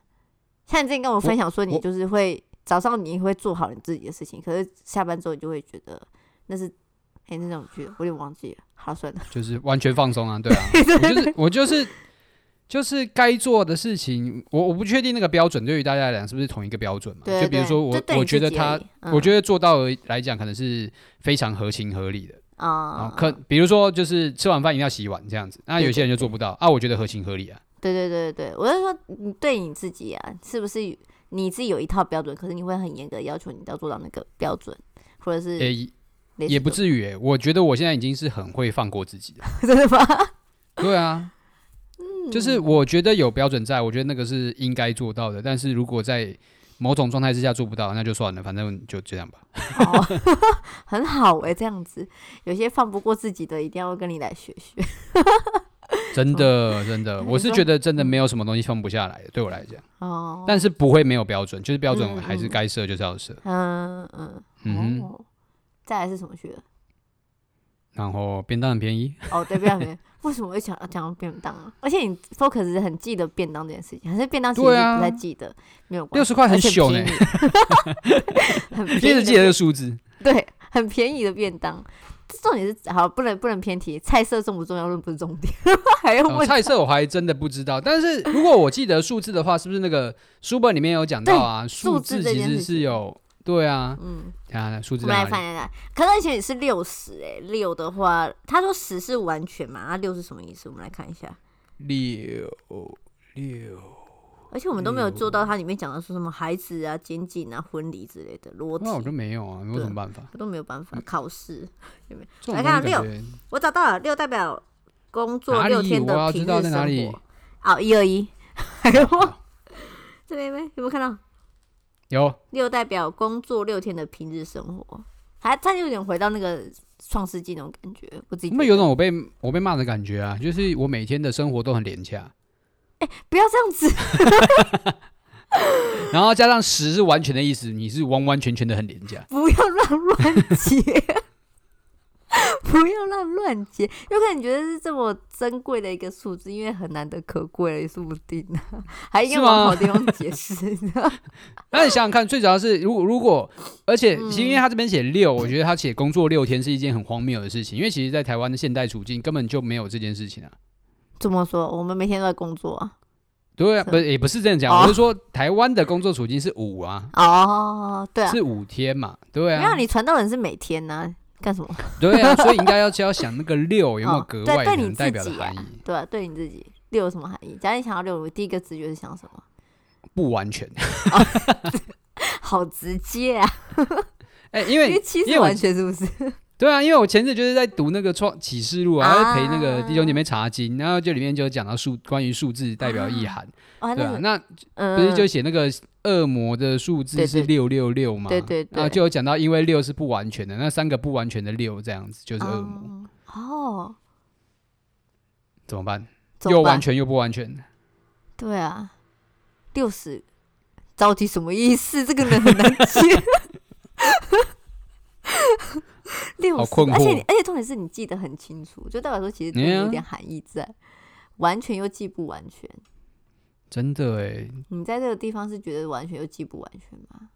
C: 像你之前跟我分享说，你
B: 我
C: 就是会早上你会做好你自己的事情，可是下班之后你就会觉得那是哎、那种剧，我有点忘记了。好，算了，
B: 就是完全放松啊， 对啊，我就是我就是就是该做的事情，我我不确定那个标准对于大家来讲是不是同一个标准嘛？
C: 对
B: 就比如
C: 对
B: 说我
C: 就对你
B: 我觉
C: 自
B: 得
C: 己
B: 他
C: 而已，嗯
B: 我觉得做到而来讲可能是非常合情合理的。然
C: 啊
B: 后，可比如说就是吃完饭一定要洗碗这样子，那
C: 对
B: 有些人
C: 对
B: 就做不到啊，我觉得合情合理啊。
C: 对对对对对，我是说你对你自己啊，是不是有你自己有一套标准，可是你会很严格地要求你要做到那个标准，或者是
B: 诶、
C: 类似
B: 也不
C: 这
B: 至于、诶，我觉得我现在已经是很会放过自己了。
C: 种 真的吗？
B: 对啊，
C: 嗯
B: 就是我觉得有标准在，我觉得那个是应该做到的。但是如果在某种状态之下做不到，那就算了，反正就这样吧。
C: 哦，很好哎、这样子，有些放不过自己的，一定要跟你来学学。
B: 真的，真的，
C: 哦嗯你
B: 我是
C: 说
B: 觉得真的没有什么东西放不下来的，对我来讲。
C: 哦，
B: 但是不会没有标准，就是标准
C: 嗯嗯
B: 还是该设就是要设。
C: 嗯嗯，
B: 嗯哼，
C: 哦，再来是什么学？
B: 然后便当很便宜，
C: 哦，对，便当学。 为什么会想讲到便当啊？而且你 focus 很记得便当这件事情，还是便当其实
B: 对
C: 是
B: 啊
C: 不太记得，没有关
B: 六
C: 系，
B: 十块很
C: 而且
B: 小呢
C: 便，宜很 便宜
B: 一
C: 的
B: 直记得这个数字。
C: 对，很便宜的便当。这重点是好，不能不能偏题，菜色重不重要论不是重点， 还要
B: 哦
C: 问。
B: 菜色我还真的不知道，但是如果我记得数字的话，是不是那个书本里面有讲到啊？数
C: 数字
B: 字
C: 这
B: 其
C: 件
B: 实
C: 事情
B: 是有对啊，
C: 嗯，
B: 啊，数
C: 我
B: 字
C: 们
B: 在哪
C: 来翻
B: 里？
C: 一下，可是而且也是六十哎，六的话，他说十是完全嘛，那六是什么意思？我们来看一下。
B: 六六
C: 而且我们都没有做到它里面讲的说什么孩子啊、监禁啊、婚礼之类的裸体，
B: 那我就嗯没有啊，我有什么办法？
C: 我都没有办法。考试，
B: 这种
C: 来
B: 东
C: 看
B: 西
C: 六
B: 感觉
C: 我找到了，六代表工作
B: 哪
C: 六
B: 里啊
C: 天
B: 我
C: 的
B: 要
C: 平
B: 知
C: 日
B: 道在哪
C: 生
B: 里
C: 活。哦，一二一， 还有
B: 好
C: 这边没有没有看到？
B: 有
C: 六代表工作六天的平日生活，还它有点回到那个创世纪那种感觉，我自己
B: 有
C: 觉
B: 没
C: 得
B: 有有种我被我被骂的感觉啊？就是我每天的生活都很廉价，
C: 不要这样子，
B: 然后加上十是完全的意思，你是完完全全的很廉价。
C: 不要乱乱接。不要乱乱接，有可能你觉得是这么珍贵的一个数字，因为很难得可贵了，也说不定呢、还应该往好地方解释，你知道
B: 那你想想看，最主要是如果如果，而且
C: 嗯
B: 其实因为他这边写六，我觉得他写工作六天是一件很荒谬的事情，因为其实，在台湾的现代处境根本就没有这件事情啊。
C: 怎么说？我们每天都在工作啊。
B: 对啊，
C: 是
B: 不是也不是这样讲，
C: 哦
B: 我是说台湾的工作处境是五啊，
C: 哦，对啊，
B: 是五天嘛，对
C: 没有
B: 啊，
C: 你传道人是每天呢、干什么？
B: 对啊，所以应该要就要想那个六有没有
C: 哦
B: 格
C: 对
B: 外
C: 对
B: 可
C: 你
B: 能
C: 自
B: 代表的
C: 己
B: 含义，
C: 对啊，对你自己六有什么含义？假如你想要六，我第一个直觉是想什么？
B: 不完全。
C: 好直接啊！
B: 哎，因
C: 因为
B: 为
C: 七
B: 因
C: 是
B: 为我
C: 完全是不是？
B: 对啊，因为我前阵就是在读那个《创启示录》啊，
C: 啊
B: 还陪那个弟兄姐妹查经，然后就里面就有讲到数关于数字代表意涵，
C: 哦，
B: 对
C: 那
B: 啊，
C: 个
B: 那
C: 嗯，
B: 不是就写那个恶魔的数字
C: 对
B: 是
C: 对
B: 六六六嘛？
C: 对对对
B: 然后就有讲到，因为六是不完全的，那三个不完全的六这样子就是恶魔，
C: 嗯哦，
B: 怎么办？
C: 怎么
B: 又
C: 办
B: 完全又不完全，
C: 对啊，六十到底什么意思？这个人很难 接。六
B: 好
C: 十，
B: 困惑
C: 而且你而且重点是你记得很清楚，就代表说其实中间有点含义在，完全又记不完全。
B: 真的哎，
C: 你在这个地方是觉得完全又记不完全吗？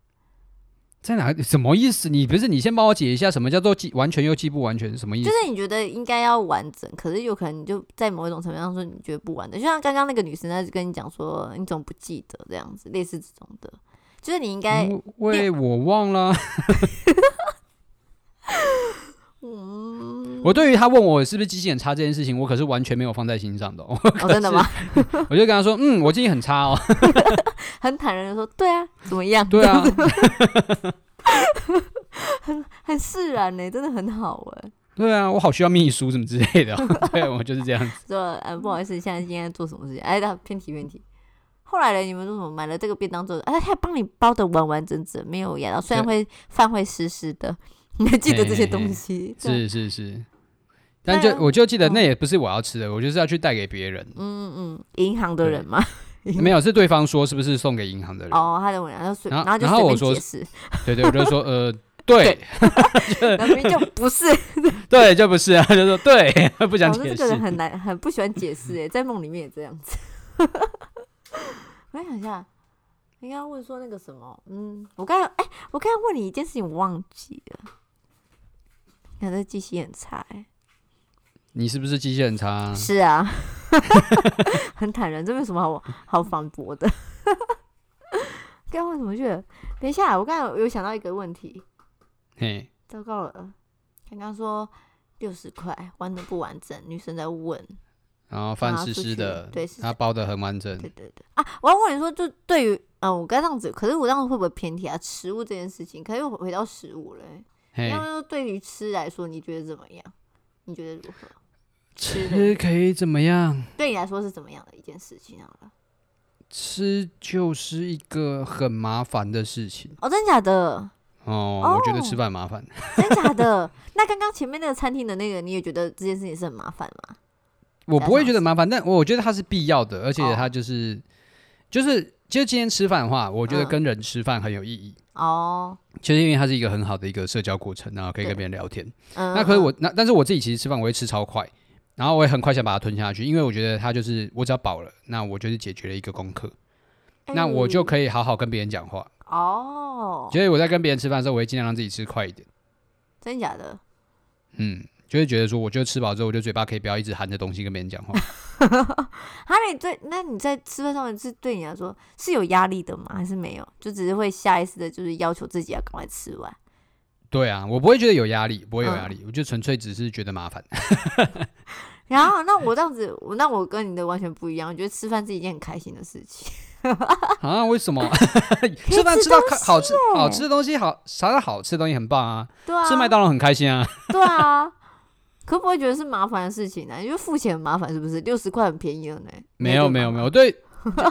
B: 在哪？什么意思？你不是你先帮我解一下，什么叫做记完全又记不完全？什么意
C: 就
B: 思？嗯
C: 是你觉得应该要完整，可是有可能你就在某一种层面上说你觉得不完整，就像刚刚那个女生在跟你讲说你怎么不记得这样子，类似这种的，就是哎你应该
B: 因为我忘了，
C: 嗯，
B: 我对于他问我是不是记性很差这件事情，我可是完全没有放在心上的、哦。
C: 哦真的吗？
B: 我就跟他说，嗯，我记性很差哦。
C: 很坦然的说：“对啊，怎么样？”
B: 对啊，
C: 很释然呢、真的很好哎。
B: 对啊，我好需要秘书什么之类的哦、 对，我就是这样子。
C: 说：“呃，
B: 嗯
C: 不好意思，现在现在做什么事情？”哎，那偏题偏题。后来呢，你们说什么买了这个便当之后，哎，他帮你包的完完整整，没有压到，虽然会饭会湿湿的， 你还记得这些东西？对啊，
B: 是是是，但
C: 对
B: 就
C: 啊
B: 我就记得
C: 嗯
B: 那也不是我要吃的，我就是要去带给别人。
C: 嗯嗯，嗯，银行的人嘛。
B: 没有，是对方说是不是送给银行的人？
C: 哦，他的文章就随，
B: 然后
C: 然后就
B: 然后
C: 随
B: 我
C: 便
B: 说
C: 解释，
B: 对对，我就说呃，对
C: 然后明明就不是。
B: 对，就不是啊，就说对， 不想
C: 我说
B: 解
C: 哦
B: 释
C: 这个人。很难，很不喜欢解释哎，在梦里面也这样子。 我想一下，应该要问说那个什么，嗯，我刚才哎、我刚才问你一件事情，我忘记了。你看这记性很差哎、
B: 你是不是机器人差？
C: 是啊， 很坦然，这没有什么好好反驳的。刚才问什么去了？等一下，我刚才有有想到一个问题，
B: 嘿，
C: 糟糕了，刚刚说六十块完整不完整，女生在问。
B: 然后饭
C: 啊
B: 湿
C: 出
B: 湿
C: 去
B: 的，啊
C: 对是
B: 它包的很完整
C: 对。对对啊！我要问你说，就对于嗯、呃我该这样子，可是我这样会不会偏题啊？食物这件事情，可是又回到食物了欸。
B: 嘿
C: 那，么对于吃来说，你觉得怎么样？你觉得如何？吃的
B: 吃可以怎么样？
C: 对你来说是怎么样的一件事情？好了，
B: 吃就是一个很麻烦的事情
C: 哦，真假的，
B: 哦，我觉得
C: 哦
B: 吃饭很麻烦。
C: 真假的。 那刚刚前面那个餐厅的那个，你也觉得这件事情是很麻烦吗？
B: 我
C: 加
B: 不会
C: 上
B: 觉得麻烦，但我觉得它是必要的，而且
C: 哦
B: 它就是、就是其实今天吃饭的话，我觉得
C: 嗯
B: 跟人吃饭很有意义，
C: 哦，就是
B: 就是因为它是一个很好的一个社交过程，然后可以
C: 对
B: 跟别人聊天。
C: 嗯，
B: 那可是我那但是我自己其实吃饭我会吃超快，然后我也很快想把它吞下去，因为我觉得它就是我只要饱了，那我就是解决了一个功课，那我就
C: 以
B: 可以好好跟别人讲话。
C: 嗯哦，
B: 所以我在跟别人吃饭的时候，我会尽量让自己吃快一点，
C: 真假的，
B: 嗯。就会觉得说，我就吃饱之后，我就嘴巴可以不要一直含着东西跟别人讲话。
C: 哈，那你对，那你在吃饭上面是对你来说是有压力的吗？还是没有？就只是会下意识的，就是要求自己要赶快吃完。
B: 对啊，我不会觉得有压力，不会有压
C: 嗯
B: 力，我就纯粹只是觉得麻烦。
C: 然后，那我这样子，我那我跟你的完全不一样。我觉得吃饭是一件很开心的事情。
B: 啊？为什 么？
C: 以
B: 吃饭
C: 吃
B: 吃到
C: 东
B: 看
C: 西
B: 好吃好
C: 耶
B: 吃的东西好，啥到好吃的东西很棒啊！
C: 对啊，
B: 吃麦当劳很开心啊！
C: 对啊，可不会觉得是麻烦的事情呢、啊因为付钱很麻烦，是不是？六十块很便宜了呢。
B: 没有没有没有，对，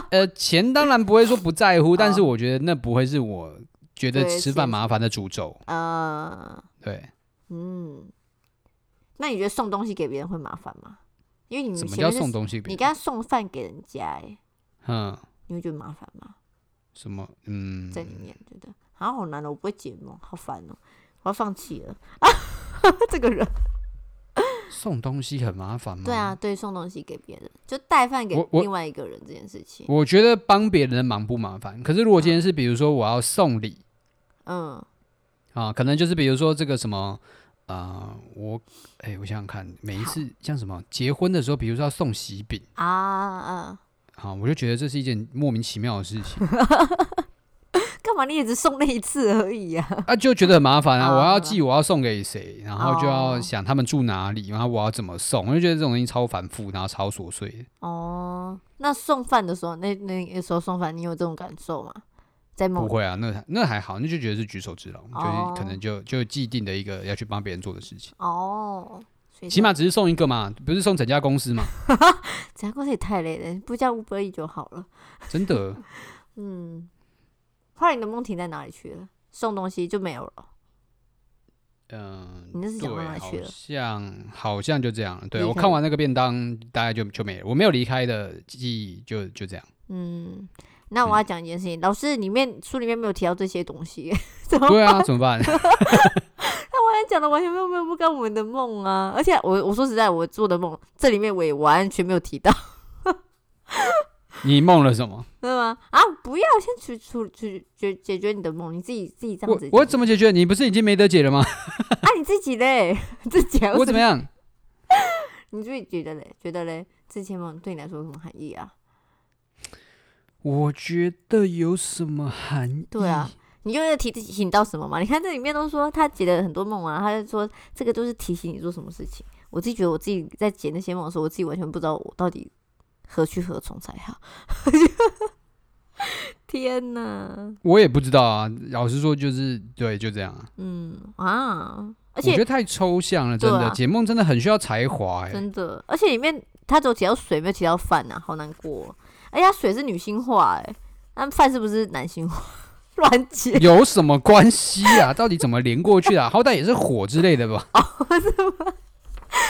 B: 呃，钱当然不会说不在乎，但是
C: 哦
B: 我觉得那不会是我觉得
C: 对
B: 吃饭
C: 是
B: 麻烦的主轴。
C: 呃，
B: 对，
C: 嗯，那你觉得送东西给别人会麻烦吗？因为你
B: 什么
C: 前
B: 叫
C: 面是
B: 送东西给别
C: 你
B: 人？
C: 刚才送饭给人家、欸，
B: 嗯，
C: 你会觉得麻烦吗？
B: 什么？嗯，
C: 在里面，觉得哦啊好难哦，我不会解梦，好烦哦，我要放弃了 这个人
B: 送东西很麻烦吗？
C: 对啊，，对，送东西给别人，就带饭给
B: 嗯我我
C: 另外一个人这件事情，
B: 我觉得帮别人忙不麻烦，可是如果今天是比如说我要送礼
C: 嗯，
B: 啊，可能就是比如说这个什么。啊、我哎、我想想看，每一次像什么结婚的时候，比如说要送喜饼
C: 啊啊，
B: 啊，我就觉得这是一件莫名其妙的事 情
C: 干嘛你也只送那一次而已啊？
B: 啊，就觉得很麻烦啊。
C: 哦
B: 我要寄，我要送给谁，然后就要
C: 哦
B: 想他们住哪里，然后我要怎么送，我就觉得这种东西超繁复，然后超琐碎的。
C: 哦，那送饭的时候，那那个时候送饭，你有这种感受吗？在
B: 不
C: 某
B: 会啊，那还那还好，那就觉得是举手之劳，
C: 哦
B: 就是可能就就既定的一个要去帮别人做的事情，
C: 哦，所以
B: 起码只是送一个嘛，不是送整家公司嘛，
C: 这家公司也太累了，不叫 Uber E 就好了。
B: 真的。
C: 嗯，后来你的梦停在哪里去了？送东西就没有了。
B: 嗯，
C: 你那是
B: 对，
C: 想到哪
B: 好
C: 去了
B: 像好像就这样了。对
C: 离
B: 我
C: 开
B: 看完那个便当，大概就就没了。我没有离开的记忆就就这样。
C: 嗯，那我要讲一件事情，老师里面书里面没有提到这些东西， 怎么
B: 对啊，怎么 办？
C: 突然讲的完全没有没有不跟我们的梦啊？而且我我说实在，我做的梦这里面我也完全没有提到，
B: 你梦了什么？
C: 对吗？啊，不要先去处去解解决你的梦，你自己自己这样
B: 我
C: 子
B: 我
C: 讲
B: 怎么解决？你不是已经没得解了吗？
C: 啊你自己嘞， 自己还
B: 我怎么
C: 样？
B: 样？
C: 你自己觉得嘞？觉得嘞？这些梦对你来说有什么含义啊？
B: 我觉得有什么含义？
C: 对啊，你又要提醒到什么嘛？你看这里面都说他解了很多梦啊，他就说这个都是提醒你做什么事情。我自己觉得我自己在解那些梦的时候，我自己完全不知道我到底何去何从才 好。天哪，
B: 我也不知道啊。老实说，就是对，就这样啊。
C: 嗯啊，而
B: 我觉
C: 且
B: 得太抽象了，真
C: 对
B: 的，
C: 啊
B: 解梦真的很需要才华哎、
C: 真的，而且里面他只有提到水，没有提到饭啊，好难过哦、而且他水是女性化、欸，哎，那饭是不是男性化？ 乱解
B: 有什么关系啊？ 到底怎么连过去的、啊？好歹也是火之类的
C: 哦
B: 吧？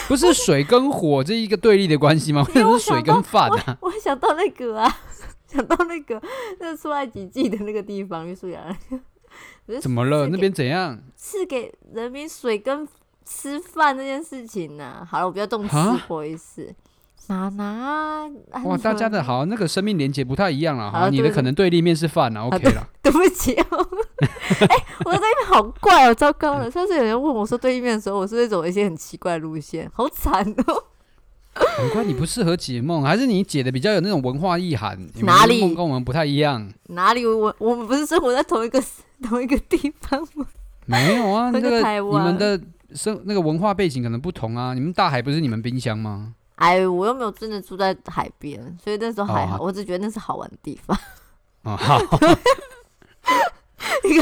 B: 不是水跟火这一个对立的关系吗？为什
C: 因为我
B: 么是水跟饭啊？
C: 我想到那个啊， 想到那个那出埃及记的那个地方，约书亚
B: 怎么了？
C: 是给
B: 那边怎样？
C: 是给人民水跟吃饭这件事情呢、好了，我不要动吃
B: 啊，
C: 不好意思。哪哪？安
B: 哇，大家的
C: 全，
B: 好，那个生命连接不太一样了。
C: 好
B: 好，
C: 了
B: 你的
C: 对对
B: 可能对立面是饭啊，OK 啦。
C: 对不 起，哎、我的对面好怪哦，糟糕了！上次有人问我说对面的时候，我是不是走一些很奇怪的路线？好惨哦！
B: 难怪你不适合解梦，还是你解的比较有那种文化意涵？你们
C: 哪里
B: 梦跟我们不太一样？
C: 哪里？我我们不是生活在同一个 同一个地方吗？
B: 没有啊，那
C: 那个
B: 个
C: 台
B: 你
C: 湾
B: 们的生那个文化背景可能不同啊。你们大海不是你们冰箱吗？
C: 哎，我又没有真的住在海边，所以那时候还好，
B: 哦
C: 我只觉得那是好玩的地方。
B: 啊，好，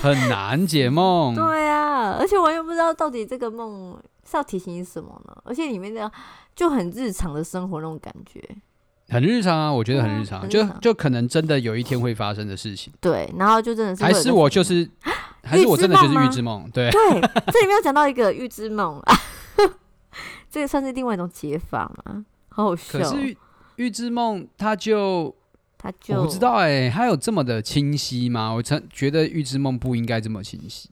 B: 很难解梦。
C: 对啊，而且我又不知道到底这个梦是要提醒你什么呢？而且里面的就很日常的生活那种感觉。
B: 很日常啊，我觉得很日
C: 对啊
B: 常，
C: 很日
B: 就
C: 常
B: 就可能真的有一天会发生的事情，
C: 对，然后就真的是
B: 还
C: 会有
B: 是
C: 那
B: 我就
C: 种
B: 是，还是我真的就是预知梦， 对，
C: 对，这里面有讲到一个预知梦啊， 这个算是另外一种解法嘛，好好笑
B: 可
C: 哦。
B: 是预预知梦它就
C: 他就
B: 我不知道哎、它有这么的清晰吗？我曾觉得预知梦不应该这么清晰，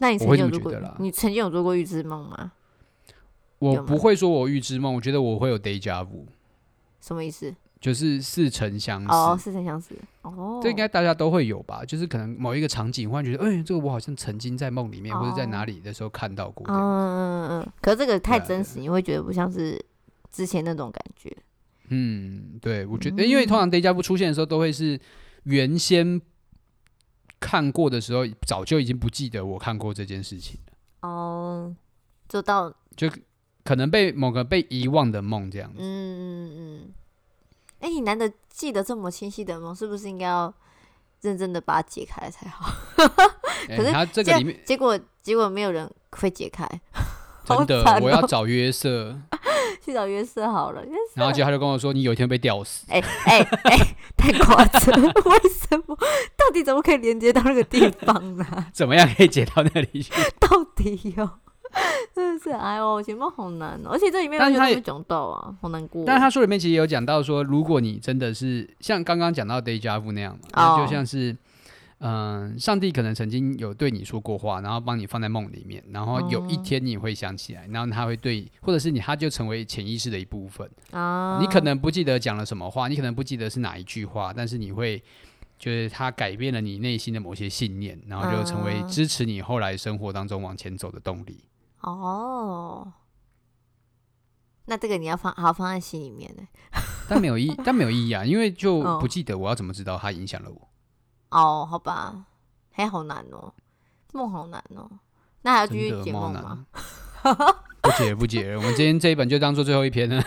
C: 那你
B: 我
C: 曾
B: 会
C: 经有
B: 这
C: 做
B: 么
C: 过
B: 觉得啦
C: 你曾经有做过预知梦吗？
B: 我
C: 有吗
B: 不会说我预知梦，我觉得我会有 deja vu，
C: 什么意思？
B: 就是似曾相识。
C: 哦，似曾相识。哦，
B: 这应该大家都会有吧，就是可能某一个场景，忽然觉得，哎、这个我好像曾经在梦里面、或者在
C: 哦
B: 哪里的时候看到过
C: 嗯。嗯嗯嗯，可是这个太
B: 对啊
C: 真
B: 对啊
C: 实，你会觉得不像是之前那种感觉。
B: 嗯，对，我觉得，因为通常 deja vu 出现的时候，都会是原先看过的时候，早就已经不记得我看过这件事情了，
C: 哦，就到
B: 可能被某个被遗忘的梦这样
C: 嗯
B: 子。
C: 嗯嗯。哎、你难得记得这么清晰的梦，是不是应该要认真的把它解开才好？
B: 哎
C: 可是
B: 他这个里面
C: 结果结果没有人会解开， 好
B: 真的
C: 惨，
B: 我要
C: 哦
B: 找约瑟，
C: 去找约瑟 好了。约瑟
B: 然后结果他就跟我说，你有一天会被吊死。
C: 哎哎哎，太夸张了！为什么？ 到底怎么可以连接到那个地方呢、
B: 怎么样可以解到那里去？
C: 到底哟、 真的是哎呦，节目好难、哦，而且这里面
B: 但
C: 完
B: 是
C: 全
B: 他
C: 没
B: 也
C: 有讲到啊，好难过。
B: 但他书里面其实有讲到说，如果你真的是像刚刚讲到 deja vu 那样嘛，那
C: 哦
B: 就像是嗯、上帝可能曾经有对你说过话，然后帮你放在梦里面，然后有一天你会想起来，然后他会对，或者是你他就成为潜意识的一部分。
C: 啊，
B: 你可能不记得讲了什么话，你可能不记得是哪一句话，但是你会觉得它改变了你内心的某些信念，然后就成为
C: 啊
B: 支持你后来生活当中往前走的动力。
C: 哦，那这个你要放好放在心里面呢。
B: 但没有意，但没有意义啊，因为就
C: 哦
B: 不记得，我要怎么知道它影响了我？
C: 哦，好吧，还好难哦，梦好难哦。那还要继
B: 真
C: 续
B: 的
C: 解
B: 猫
C: 梦
B: 难
C: 吗？。
B: 不解不解，我们今天这一本就当做最后一篇 了。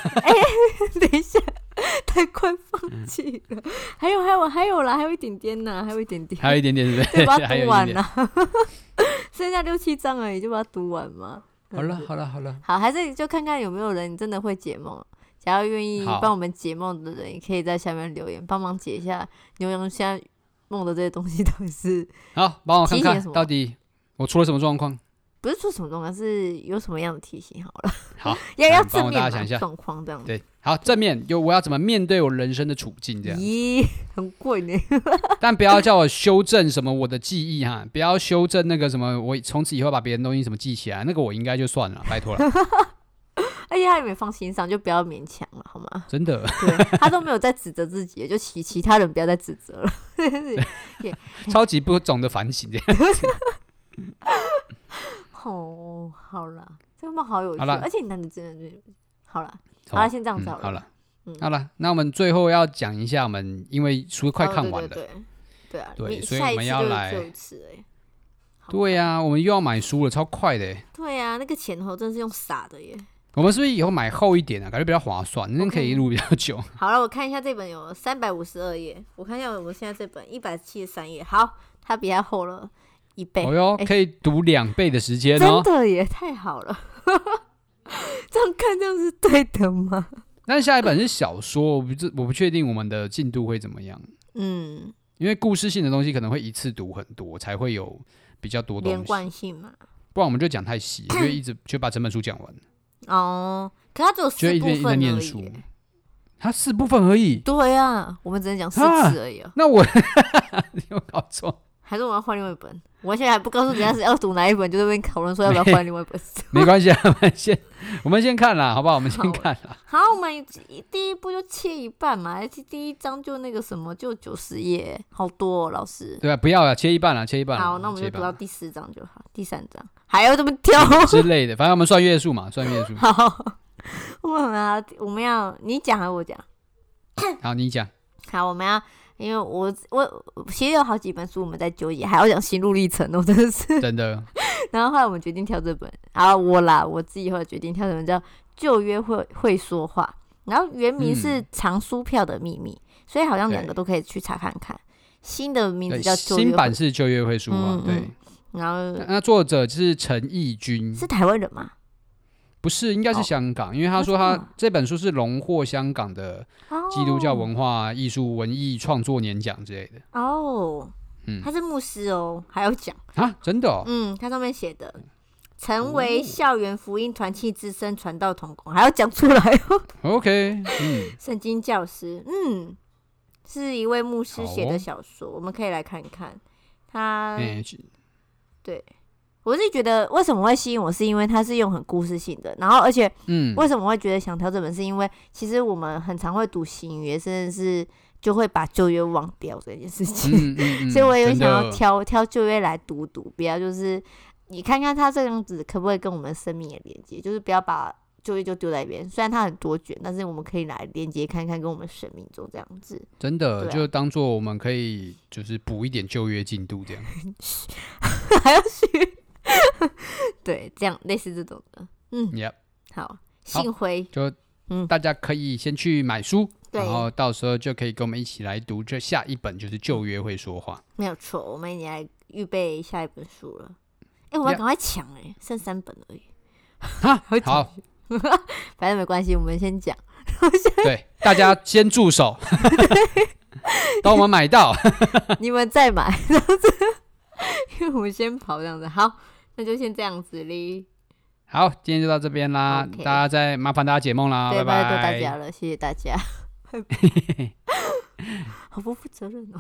C: 等一下， 太快放弃了。还有还有还有啦，还有一点点呢，还有一点点，
B: 嗯还 有一点点，对不
C: 对，
B: 对？
C: 把 它
B: 还有一
C: 读
B: 点
C: 完
B: 点
C: 呐。 剩下六七章而已，就把它读完嘛。嗯
B: 好了，好了，好了，
C: 好，还是就看看有没有人真的会解梦。想要愿意
B: 好
C: 帮我们解梦的人，也可以在下面留言，帮忙解一下牛羊现在梦的这些东西到底是
B: 好，帮我
C: 提
B: 看看
C: 醒什么
B: 到底我出了什么状 况。
C: 不是说什么状况，是有什么样的提醒好了，
B: 好，
C: 要要
B: 嗯帮
C: 正
B: 我大
C: 面
B: 家想
C: 嘛
B: 一下
C: 状况这样。
B: 对，好，正面就我要怎么面对我人生的处境这样。
C: 咦， 很贵呢。
B: 但不要叫我修正什么我的记忆哈，不要修正那个什么，我从此以后把别人东西什么记起来，那个我应该就算了，拜 托了，
C: 而且他也没放心上，就不要勉强了，好吗？
B: 真的。
C: 对 他都没有在指责自己，就其其他人不要再指责了。
B: 超级不懂得反省这样。
C: 哦，好啦，这个梦好有趣，
B: 好啦
C: 而且你男的真的就好啦，
B: 好
C: 好啦，先这样子
B: 嗯
C: 好
B: 好
C: 了
B: 了，
C: 嗯
B: 好了，那我们最后要讲一下，我们因为书快看完了，
C: 哦对对对对啊，
B: 对
C: 你
B: 所以
C: 下一
B: 我们
C: 次
B: 要
C: 就
B: 来
C: 只有一次哎。好
B: 对呀、我们又要买书了，超快的耶。
C: 对啊，那个钱头真是用傻的耶。
B: 我们是不是以后买厚一点啊？感觉比较划算，那可以一路比较久。
C: 好了，我看一下这本有三百五十二页，我看一下我现在这本一百七十三页，好，它比它厚了一倍。
B: 哦哟，
C: 哎
B: 可以读两倍的时间
C: 真
B: 哦。
C: 的耶，太好了！ 这样看这样是对的吗？
B: 但下一本是小说，我不知我不确定我们的进度会怎么样，
C: 嗯，
B: 因为故事性的东西可能会一次读很多，才会有比较多
C: 连
B: 东西。
C: 贯性嘛。
B: 不然我们就讲太 细，就一直就把整本书讲完，
C: 哦，可它只有
B: 就
C: 四
B: 一
C: 部
B: 边一直在
C: 分
B: 念
C: 而已
B: 书
C: 耶。。
B: 它四部分而已。
C: 对啊，我们只能讲四
B: 啊
C: 次而已、哦，
B: 那我 你有搞错？
C: 还是我们要换另外一本？我现在还不告诉人家是要读哪一本，就在那边讨论说要不要换另外 一本书。
B: 没关系啊，我们先我们先看啦，好不好？我们
C: 好
B: 先看啦。
C: 好，我们第一步就切一半嘛，而且第一章就那个什么，就九十页，好多、哦、老师。
B: 对啊，不要了，切一半了，切一半啦。
C: 好，那我们
B: 切
C: 就
B: 一半啊
C: 读
B: 啦
C: 到第四章就好，第三章还要这么挑。。
B: 之类的，反正我们算月数嘛，算月数
C: 好，我们要我们要你讲还是我讲？
B: 好，你讲。
C: 好，我们要，因为我我我其实有好几本书我们在纠结，还要讲心路历程，我真的是。
B: 真的，
C: 然后后来我们决定挑这本，啊，我啦，我自己后来决定挑这本叫《旧约会会说话》，然后原名是《
B: 嗯
C: 藏书票的秘密》所以好像两
B: 对
C: 个都可以去查看看。新的名字
B: 对，
C: 叫《旧约
B: 新
C: 会
B: 版是旧约会书啊
C: 嗯，
B: 对。
C: 然后
B: 那那作者是陈义军，
C: 是哦台湾人吗？
B: 不是应该是香港？因为他说他这本书是荣获香港的
C: 哦
B: 基督教文化艺术文艺创作年奖之类的
C: 哦，
B: 嗯
C: 他是牧师哦，还要讲。
B: 啊，真的哦，
C: 嗯，它上面写的，成为校园福音团契资深传道同工，还要讲出来 哦。
B: OK，嗯，
C: 圣经教师，嗯，是一位牧师写
B: 好
C: 的
B: 哦
C: 小说，我们可以来看看。他，
B: 哎，是
C: 我是觉得为什么会吸引我，是因为它是用很故事性的，然后而且
B: 嗯，
C: 为什么会觉得想挑这本，是因为其实我们很常会读新约，甚至是就会把旧约忘掉这件事情。
B: 嗯嗯嗯
C: 所以我有想要
B: 真的
C: 挑挑旧约来读读，不要就是你看看它这样子可不可以跟我们生命也连接，就是不要把旧约就丢在一边。虽然它很多卷，但是我们可以来连接看看跟我们生命中这样子。
B: 真
C: 对
B: 的
C: 啊
B: 就当做我们可以就是补一点旧约进度这样，
C: 还要去， 对，这样类似这种的。嗯，
B: Yep，
C: 好，幸亏
B: 就
C: 嗯
B: 大家可以先去买书，
C: 对
B: 然后到时候就可以跟我们一起来读这下一本，就是《旧约会说话
C: 没有错，我们已经来预备下一本书了。哎、我们要
B: Yeah
C: 赶快抢哎、剩三本而已，》
B: 哈
C: 好。
B: 好，
C: 反正没关系，我们先讲。
B: 对，大家先住手， 等我们买到。
C: 你们再买这样子，因为我们先跑这样子。好，那就先这样子哩，
B: 好，今天就到这边啦
C: OK
B: 大家再麻烦大家解梦啦，
C: 对，
B: 拜
C: 拜托大家了，谢谢大家，好不负责任哦。